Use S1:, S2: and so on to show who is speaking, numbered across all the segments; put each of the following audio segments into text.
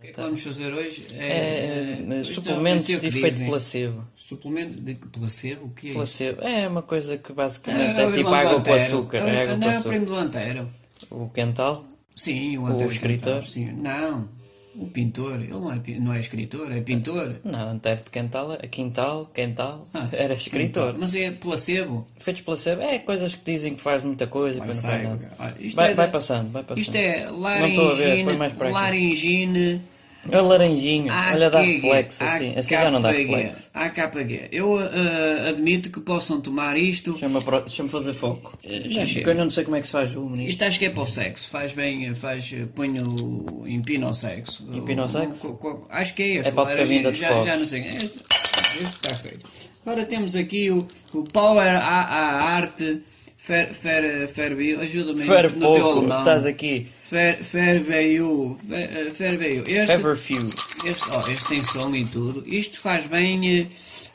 S1: que vamos fazer hoje
S2: Tá. É,
S1: então, eu
S2: suplementos
S1: sei o
S2: de
S1: que
S2: efeito
S1: dizem.
S2: placebo.
S1: Suplemento de placebo? O que é isso?
S2: Placebo é uma coisa que basicamente
S1: Ah,
S2: é
S1: o
S2: tipo
S1: irmão do
S2: água com
S1: Antero.
S2: açúcar.
S1: Ah,
S2: É água com
S1: Não, é o
S2: açúcar.
S1: primo do Antero.
S2: O quental?
S1: Sim, o Antero.
S2: escritor?
S1: Quintal, Sim. Não, o pintor. Ele não é, pi- não é escritor, é pintor.
S2: Não, Antero de quental, é quintal, quental,
S1: Ah,
S2: era escritor.
S1: Mas é placebo.
S2: Efeitos placebo é coisas que dizem que faz muita coisa e
S1: Vai,
S2: depois não faz
S1: sai,
S2: nada.
S1: olha, isto
S2: Vai,
S1: é
S2: vai
S1: da-
S2: passando, vai passando.
S1: Isto é
S2: estou a ver, põe
S1: laringine,
S2: mais para aqui.
S1: laringine,
S2: É laranjinho,
S1: Ah,
S2: olha, dá
S1: AKG,
S2: reflexo assim. Assim já não dá reflexo.
S1: AKG. Eu ah, admito que possam tomar isto.
S2: Deixa-me pro... deixa fazer foco.
S1: Já
S2: Porque
S1: chega.
S2: eu não sei como é que se faz o menino.
S1: Isto acho que é para o sexo. Faz bem, faz, põe o empina ao sexo.
S2: Empina ao sexo?
S1: O- o- o- acho que é este.
S2: É para o caminho da
S1: já, já não sei. É Este, este está feito. Agora temos aqui o, o Power a, a Arte Fer, fer, Ferbil. Ajuda-me aí
S2: Fer
S1: no teu
S2: pouco,
S1: alemão.
S2: estás aqui.
S1: Fer, Ferveiu. Fer, eh, Ferveiu. Este,
S2: Ever few.
S1: este, oh, este tem som e tudo. Isto faz bem. eh,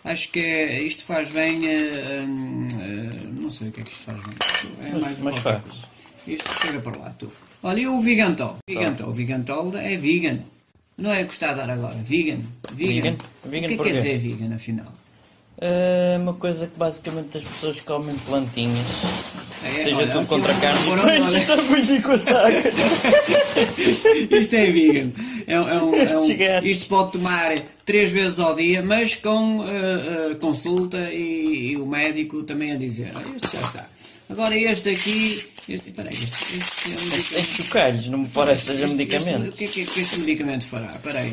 S1: Acho que é. Isto faz bem. eh, hum, eh, não sei o que é que isto faz bem. É mais
S2: mas
S1: qualquer
S2: faz. Tá.
S1: coisa. Isto chega para lá, tu. Olha, e o Vigantol? Vigantol. O Vigantol é vegan. Não é o que está a dar agora. Vegan. Vegan.
S2: Vegan? Vegan
S1: o que é que
S2: porquê?
S1: quer dizer vegan, afinal?
S2: É uma coisa que basicamente as pessoas comem plantinhas.
S1: É,
S2: Seja
S1: olha,
S2: tudo
S1: aqui
S2: contra a
S1: o-
S2: carne.
S1: por onde-
S2: Mas está muito com a saca.
S1: Isto é vegan. É, um- é um- é um-
S2: Estes gatos.
S1: isto pode tomar três vezes ao dia, mas com eh, eh, consulta e, e o médico também a dizer. "Ah, Este já está. Agora este aqui. Este, peraí, este, este é um
S2: Tem
S1: medicamento.
S2: chocalhos, não me parece que seja
S1: Este- este-
S2: um medicamento.
S1: O que é que, que este medicamento fará? Peraí.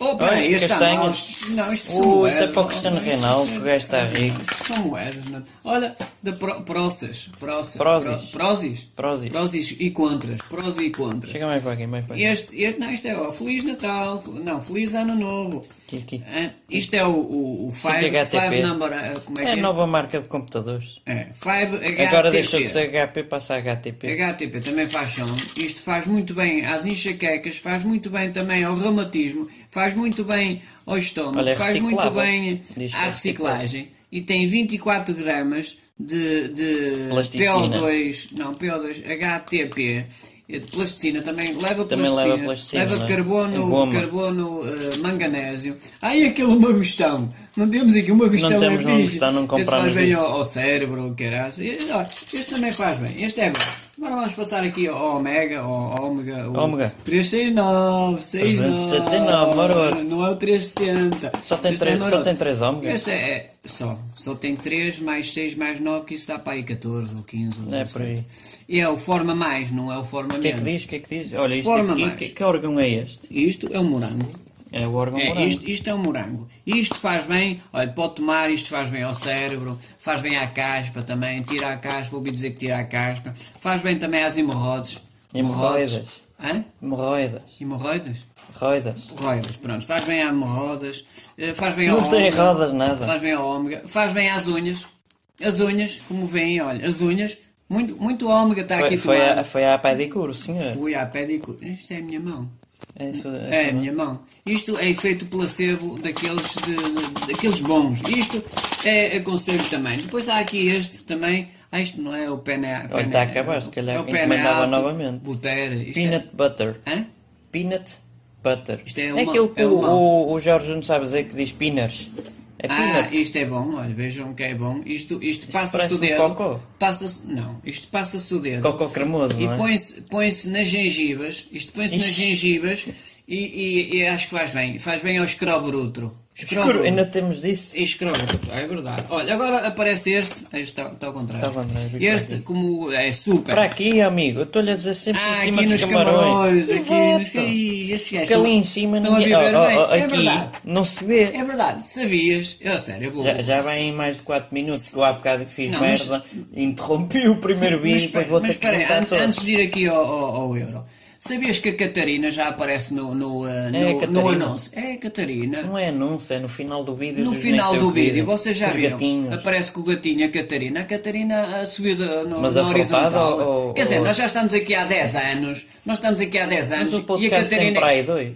S1: Oh, peraí,
S2: Olha,
S1: este está mal.
S2: castanhas.
S1: Não, isto são
S2: Uh, isso é
S1: moedas.
S2: para o Cristiano
S1: Oh, isto-
S2: Reinaldo, que o gajo está rico.
S1: São moedas, não é? Olha, da pro, proces. Proces.
S2: Prósis.
S1: Pro- Prósis.
S2: Prósis.
S1: Prósis e contras. Prós e contras.
S2: Chega mais para aqui, mais para aqui.
S1: Este, este- não, isto é ó, Feliz Natal, não, Feliz Ano Novo.
S2: Aqui, aqui.
S1: Ah, Isto é o, o, o five,
S2: 5HTP.
S1: five Number, ah, como é
S2: É a
S1: que é?
S2: nova marca de computadores.
S1: É, 5HTP.
S2: Agora deixou de ser HP, passa a HTP.
S1: HTP também faz som. Isto faz muito bem às enxaquecas, faz muito bem também ao reumatismo, faz muito bem ao estômago,
S2: Olha, é
S1: faz muito
S2: reciclável.
S1: bem
S2: Diz que
S1: à
S2: é
S1: reciclagem. E tem 24 gramas de, de
S2: Plasticina.
S1: PO2, não, PO2, HTP. eh, De plasticina também leva
S2: Também leva
S1: plasticina,
S2: plasticina,
S1: leva
S2: não é? É
S1: carbono,
S2: goma.
S1: carbono eh, manganésio. Ai, aquele magostão! Não temos aqui uma magostão. é
S2: temos um
S1: fixe.
S2: magostão, não
S1: Esse
S2: compramos
S1: faz bem
S2: isso.
S1: ao- ao cérebro, caralho. Este também faz bem. Este é bom. Agora vamos passar aqui ao Omega, ao Omega. O
S2: Ômega.
S1: 369,
S2: 379, maroto.
S1: Não é o 370.
S2: Só tem
S1: Este é
S2: três-
S1: maroto.
S2: só tem três Ômegas?
S1: Este é. Só. Só tem 3 mais 6 mais 9, que isso dá para aí 14 ou 15. ou
S2: É,
S1: não
S2: por
S1: sei.
S2: aí.
S1: E é o forma mais, não é o forma
S2: O que é que
S1: menos.
S2: diz? O que é que diz? Olha, isto
S1: Forma
S2: aqui,
S1: mais.
S2: que, que órgão é este?
S1: Isto é o morango.
S2: É o órgão
S1: É,
S2: morango.
S1: isto, isto é um morango. Isto faz bem, olha, pode tomar, isto faz bem ao cérebro, faz bem à caspa também, tira a caspa, ouvi dizer que tira a caspa, faz bem também às hemorroides.
S2: Hemorroidas.
S1: Hemorroides. Hã?
S2: Hemorroidas.
S1: Hemorroidas?
S2: Roidas.
S1: Roidas, pronto. Faz bem a hemorroidas, eh, faz bem ao
S2: Não tem
S1: ômega,
S2: rodas nada.
S1: Faz bem ao ômega, faz bem às unhas. As unhas, como veem, olha, as unhas, muito, muito ômega está
S2: Foi,
S1: aqui
S2: foi,
S1: tomado.
S2: a, foi a pedicure, senhor.
S1: Fui à pedicure. Isto é a minha mão.
S2: É isso.
S1: É,
S2: isso.
S1: minha mão. Isto é efeito placebo daqueles, de- daqueles bons. Isto é aconselho também. Depois há aqui este também. Ah, isto não é o pena.
S2: Olha, está a acabar, se calhar
S1: É o
S2: encomendava
S1: pena
S2: novamente.
S1: Butera. Isto
S2: Peanut butter.
S1: É, hã?
S2: Peanut butter.
S1: Isto é
S2: É
S1: alemão,
S2: aquilo que
S1: é
S2: o,
S1: alemão.
S2: o- o Jorge não sabe dizer que diz pinners. É
S1: Ah,
S2: peanut.
S1: isto é bom, olha, vejam que é bom. Isto, isto passa-se
S2: parece
S1: o
S2: um
S1: dedo.
S2: cocô.
S1: Passa-se. Não, isto passa-se o dedo.
S2: Cocó cremoso,
S1: E
S2: não é?
S1: põe-se põe-se nas gengivas, isto põe-se nas
S2: Ixi.
S1: gengivas e, e- e acho que faz bem. Faz bem ao escrobrutro.
S2: Escuro, ainda temos disso.
S1: Escroto, é verdade. Olha, agora aparece este. Este está, está ao contrário.
S2: Está ao contrário, fica
S1: este, como é super.
S2: é Para aqui, amigo, eu estou-lhe a dizer sempre
S1: Ah,
S2: em
S1: aqui
S2: cima
S1: nos
S2: dos camarões.
S1: camarões. Aqui nos
S2: Exato.
S1: Ih, estes gajos
S2: Porque ali
S1: estão-
S2: em cima,
S1: estão a
S2: ninguém-
S1: viver
S2: oh, oh,
S1: bem.
S2: oh,
S1: É
S2: aqui,
S1: verdade.
S2: não se vê.
S1: É verdade, sabias. Eu, sério, é eu vou.
S2: Já, já vai em mais de 4 minutos que eu há bocado fiz
S1: Não, mas-
S2: merda, interrompi o primeiro
S1: Mas
S2: vídeo,
S1: espera-
S2: depois vou
S1: mas
S2: ter que
S1: espera,
S2: juntar
S1: an-
S2: todos.
S1: antes de ir aqui ao, ao- ao euro, sabias que a Catarina já aparece no, no, eh, no,
S2: É a
S1: no
S2: Catarina.
S1: anúncio? É a Catarina.
S2: Não é anúncio, é no final do vídeo.
S1: No
S2: dos
S1: final
S2: nem sei
S1: do
S2: o quê,
S1: vídeo, vocês já
S2: os
S1: viram,
S2: gatinhos.
S1: aparece com o gatinho a Catarina, a Catarina a subir de- no,
S2: Mas
S1: na
S2: afrontada
S1: horizontal.
S2: ou- ou-
S1: Quer dizer,
S2: ou-
S1: nós já estamos aqui há 10 anos, nós estamos aqui há 10
S2: Mas
S1: anos
S2: o
S1: e a
S2: podcast tem
S1: Catarina...
S2: para aí dois.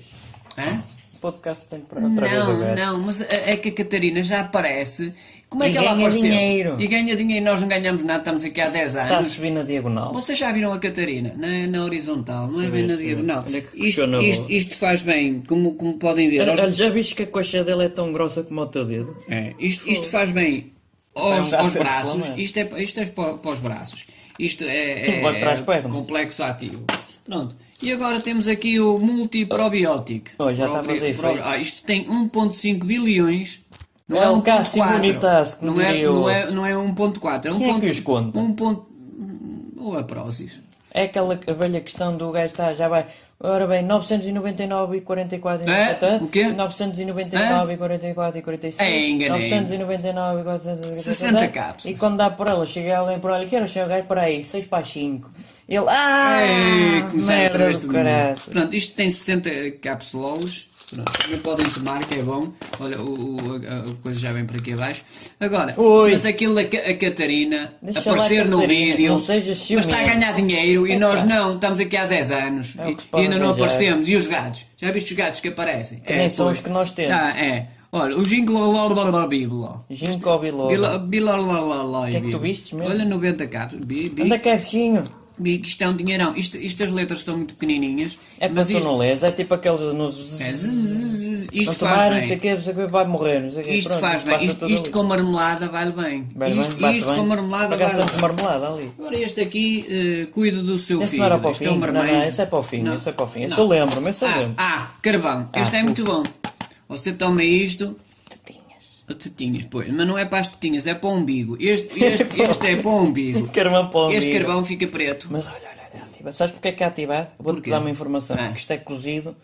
S1: Hã?
S2: O podcast tem para outra vez
S1: Não,
S2: aberto.
S1: não, mas é é que a Catarina já aparece. Como é
S2: E
S1: que ela
S2: ganha
S1: apareceu?
S2: dinheiro. Tá
S1: E ganha dinheiro. Nós não ganhamos nada, estamos aqui há 10
S2: Está a
S1: anos.
S2: subir na diagonal.
S1: Vocês já viram a Catarina na, na horizontal, não é bem na
S2: sim.
S1: diagonal.
S2: Olha que
S1: Isto,
S2: questionável.
S1: isto- isto faz bem, como, como podem ver.
S2: Olha,
S1: aos-
S2: olha, já viste que a coxa dele é tão grossa como o teu dedo?
S1: É, isto, isto faz bem aos,
S2: gato
S1: aos
S2: a
S1: braços,
S2: reclamar.
S1: isto é, isto é para, para os braços. Isto é, é-
S2: Mostra as
S1: é
S2: pernas.
S1: complexo ativo. Pronto. E agora temos aqui o multiprobiótico.
S2: Oh, já está a
S1: Propri-
S2: fazer
S1: pro-
S2: efeito.
S1: ah, isto tem 1.5 bilhões. Não
S2: É
S1: é,
S2: um
S1: 1.4.
S2: caso imunitástico,
S1: não, é,
S2: diria
S1: não,
S2: o-
S1: é, não é 1.4. É um
S2: Quem é
S1: ponto,
S2: que os conta?
S1: Um ponto, ou a Prozis.
S2: É aquela velha questão do gajo está, já vai. Ora bem, 999 e 44 e
S1: É?
S2: 44,
S1: O quê?
S2: 999 e 44 e 45.
S1: É, enganei.
S2: 999 e 445.
S1: 60 caps.
S2: E quando dá por ela, chega alguém por ela, quer o seu gajo para aí, 6 para 5. Ele,
S1: Ei,
S2: ah!
S1: começaram outra
S2: merda
S1: vez
S2: do
S1: tudo de novo.
S2: caralho.
S1: Pronto, isto tem 60 cápsulas. Pronto, não podem tomar, que é bom. Olha, o, o- a, a coisa já vem por aqui abaixo. Agora,
S2: Oi.
S1: mas aquilo da Ca- a Catarina
S2: Deixa
S1: aparecer
S2: lá a
S1: no
S2: Catarina,
S1: vídeo,
S2: não seja
S1: mas está a
S2: ciumenta.
S1: ganhar dinheiro e
S2: Epá.
S1: nós não, estamos aqui há 10 anos
S2: É o que se
S1: e
S2: pode
S1: ainda não
S2: arranjar.
S1: aparecemos. E os gatos? Já viste os gatos que aparecem?
S2: Que nem são
S1: pois.
S2: os que nós temos.
S1: Ah, é. Olha, o jingle
S2: Ginkgo biloba.
S1: Bilalala. O
S2: que é que tu vistes mesmo?
S1: Olha, 90 cápsulas. Bi- bi-
S2: Anda cá, bichinho.
S1: Big, isto é um dinheirão. Isto, isto as letras são muito pequenininhas.
S2: É para
S1: mas
S2: tu
S1: isto,
S2: não lês, é tipo aqueles nos.
S1: é zzz, zzz, zzz, isto
S2: Não
S1: faz
S2: tomar, não sei o
S1: bem.
S2: quê, não sei o quê, vai morrer, não sei o quê.
S1: Isto
S2: Pronto,
S1: faz
S2: passa
S1: bem. Isto,
S2: tudo
S1: isto
S2: ali.
S1: com marmelada vai bem.
S2: Vai bem,
S1: isto
S2: bate
S1: isto
S2: bem.
S1: com marmelada
S2: Por acaso
S1: vai
S2: sempre
S1: bem.
S2: marmelada ali.
S1: Agora este aqui, eh, cuida do seu
S2: Esse
S1: filho.
S2: não era para o
S1: Isto
S2: fim,
S1: é um
S2: não,
S1: vermelho.
S2: não, esse é para o fim,
S1: Não.
S2: esse é para o fim. Esse
S1: Não.
S2: eu lembro-me, esse eu
S1: ah,
S2: lembro.
S1: ah, carvão.
S2: Ah,
S1: este é muito bom. Você toma isto. oh,
S2: Tetinhas.
S1: Tetinhas, pois. Mas não é para as tetinhas, é para o umbigo. Este, este, este é para o umbigo.
S2: Carvão para o
S1: Este
S2: umbigo.
S1: carvão fica preto.
S2: Mas olha, olha, olha, ativa. Sabes porque é que é ativado? Vou-te
S1: Porquê?
S2: dar uma informação.
S1: Ah.
S2: Que isto é cozido.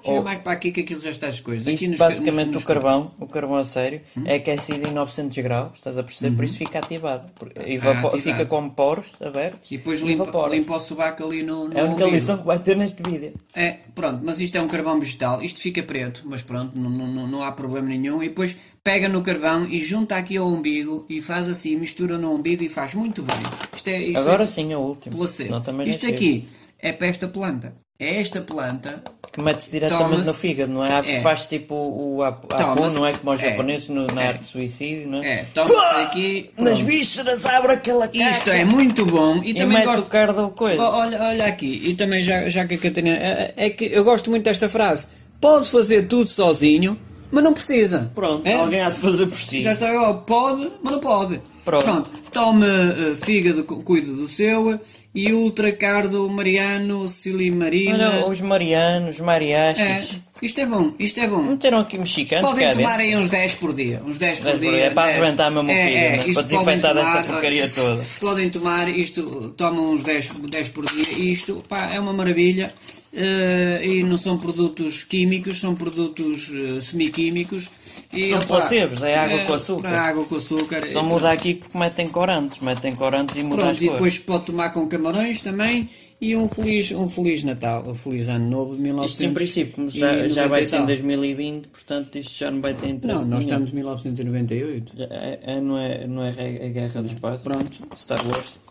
S1: Chega
S2: ou-
S1: mais para aqui que aquilo já está as coisas. Aqui
S2: Oh. Isto,
S1: nos-
S2: basicamente,
S1: nos- Hum? nos-
S2: o carvão, o carvão a sério, é aquecido em 900 graus, estás a perceber? Por isso fica ativado. Por- evapo-
S1: Uhum. Ah, é ativado.
S2: Fica com poros abertos
S1: E depois limpa,
S2: evapora-se.
S1: limpa o sovaco ali no, no
S2: É a única
S1: umbigo.
S2: lição que vai ter neste vídeo.
S1: É, pronto, mas isto é um carvão vegetal. Isto fica preto, mas pronto, não, não- não, não há problema nenhum. E depois pega no carvão e junta aqui ao umbigo e faz assim, mistura no umbigo e faz muito bem. Isto é, isto é
S2: Agora sim é o último.
S1: placebo.
S2: Senão também já
S1: Isto
S2: chega.
S1: aqui é para esta planta. É esta planta
S2: Que mete-se diretamente
S1: Toma-se.
S2: no fígado, não é? Há-
S1: É.
S2: Faz tipo o apu,
S1: Toma-se.
S2: não é? Como aos
S1: É.
S2: japoneses no- na
S1: É.
S2: arte de suicídio, não
S1: É, toma-se aqui.
S2: Nas
S1: pronto.
S2: vísceras abre aquela cara.
S1: Isto é muito bom e,
S2: E
S1: também
S2: mete
S1: gosto.
S2: o cara da coisa.
S1: Oh, olha, olha aqui, e também já, já que a Catarina. É, é que eu gosto muito desta frase. Pode fazer tudo sozinho, mas não precisa.
S2: Pronto,
S1: É?
S2: alguém há de fazer por si.
S1: Já está ó, pode, mas não pode.
S2: Pronto.
S1: tome eh, fígado, cu- cuida do seu e ultracardo Mariano Silimarina.
S2: Olha, os marianos, os
S1: É,
S2: mariachis.
S1: isto é bom, isto é bom.
S2: Meteram aqui mexicanos,
S1: Podem
S2: cá
S1: tomar
S2: dentro.
S1: aí uns 10 por dia. Uns 10 por,
S2: 10 por
S1: dia.
S2: dia, é para
S1: 10.
S2: arrebentar mesmo o
S1: É,
S2: fígado,
S1: é,
S2: né?
S1: isto
S2: Para desinfeitar
S1: podem
S2: desta
S1: tomar, eh,
S2: porcaria toda.
S1: Podem tomar isto, tomam uns 10, 10 por dia. e Isto pá, é uma maravilha. eh, e não são produtos químicos, são produtos eh, semiquímicos. E,
S2: São
S1: opá,
S2: placebos, é água com açúcar.
S1: É água com açúcar.
S2: Só muda aqui porque metem corantes. Metem corantes e mudam as
S1: Pronto, e
S2: cores.
S1: depois pode tomar com camarões também. E um feliz, um feliz Natal, um feliz Ano Novo de 1900.
S2: Isto em princípio, como já, já vai ser em 2020, portanto isto já não vai ter interesse
S1: Não, nós
S2: nenhum.
S1: estamos em 1998.
S2: Já- é- é- não, é, não é a guerra do espaço?
S1: Pronto.
S2: Star Wars.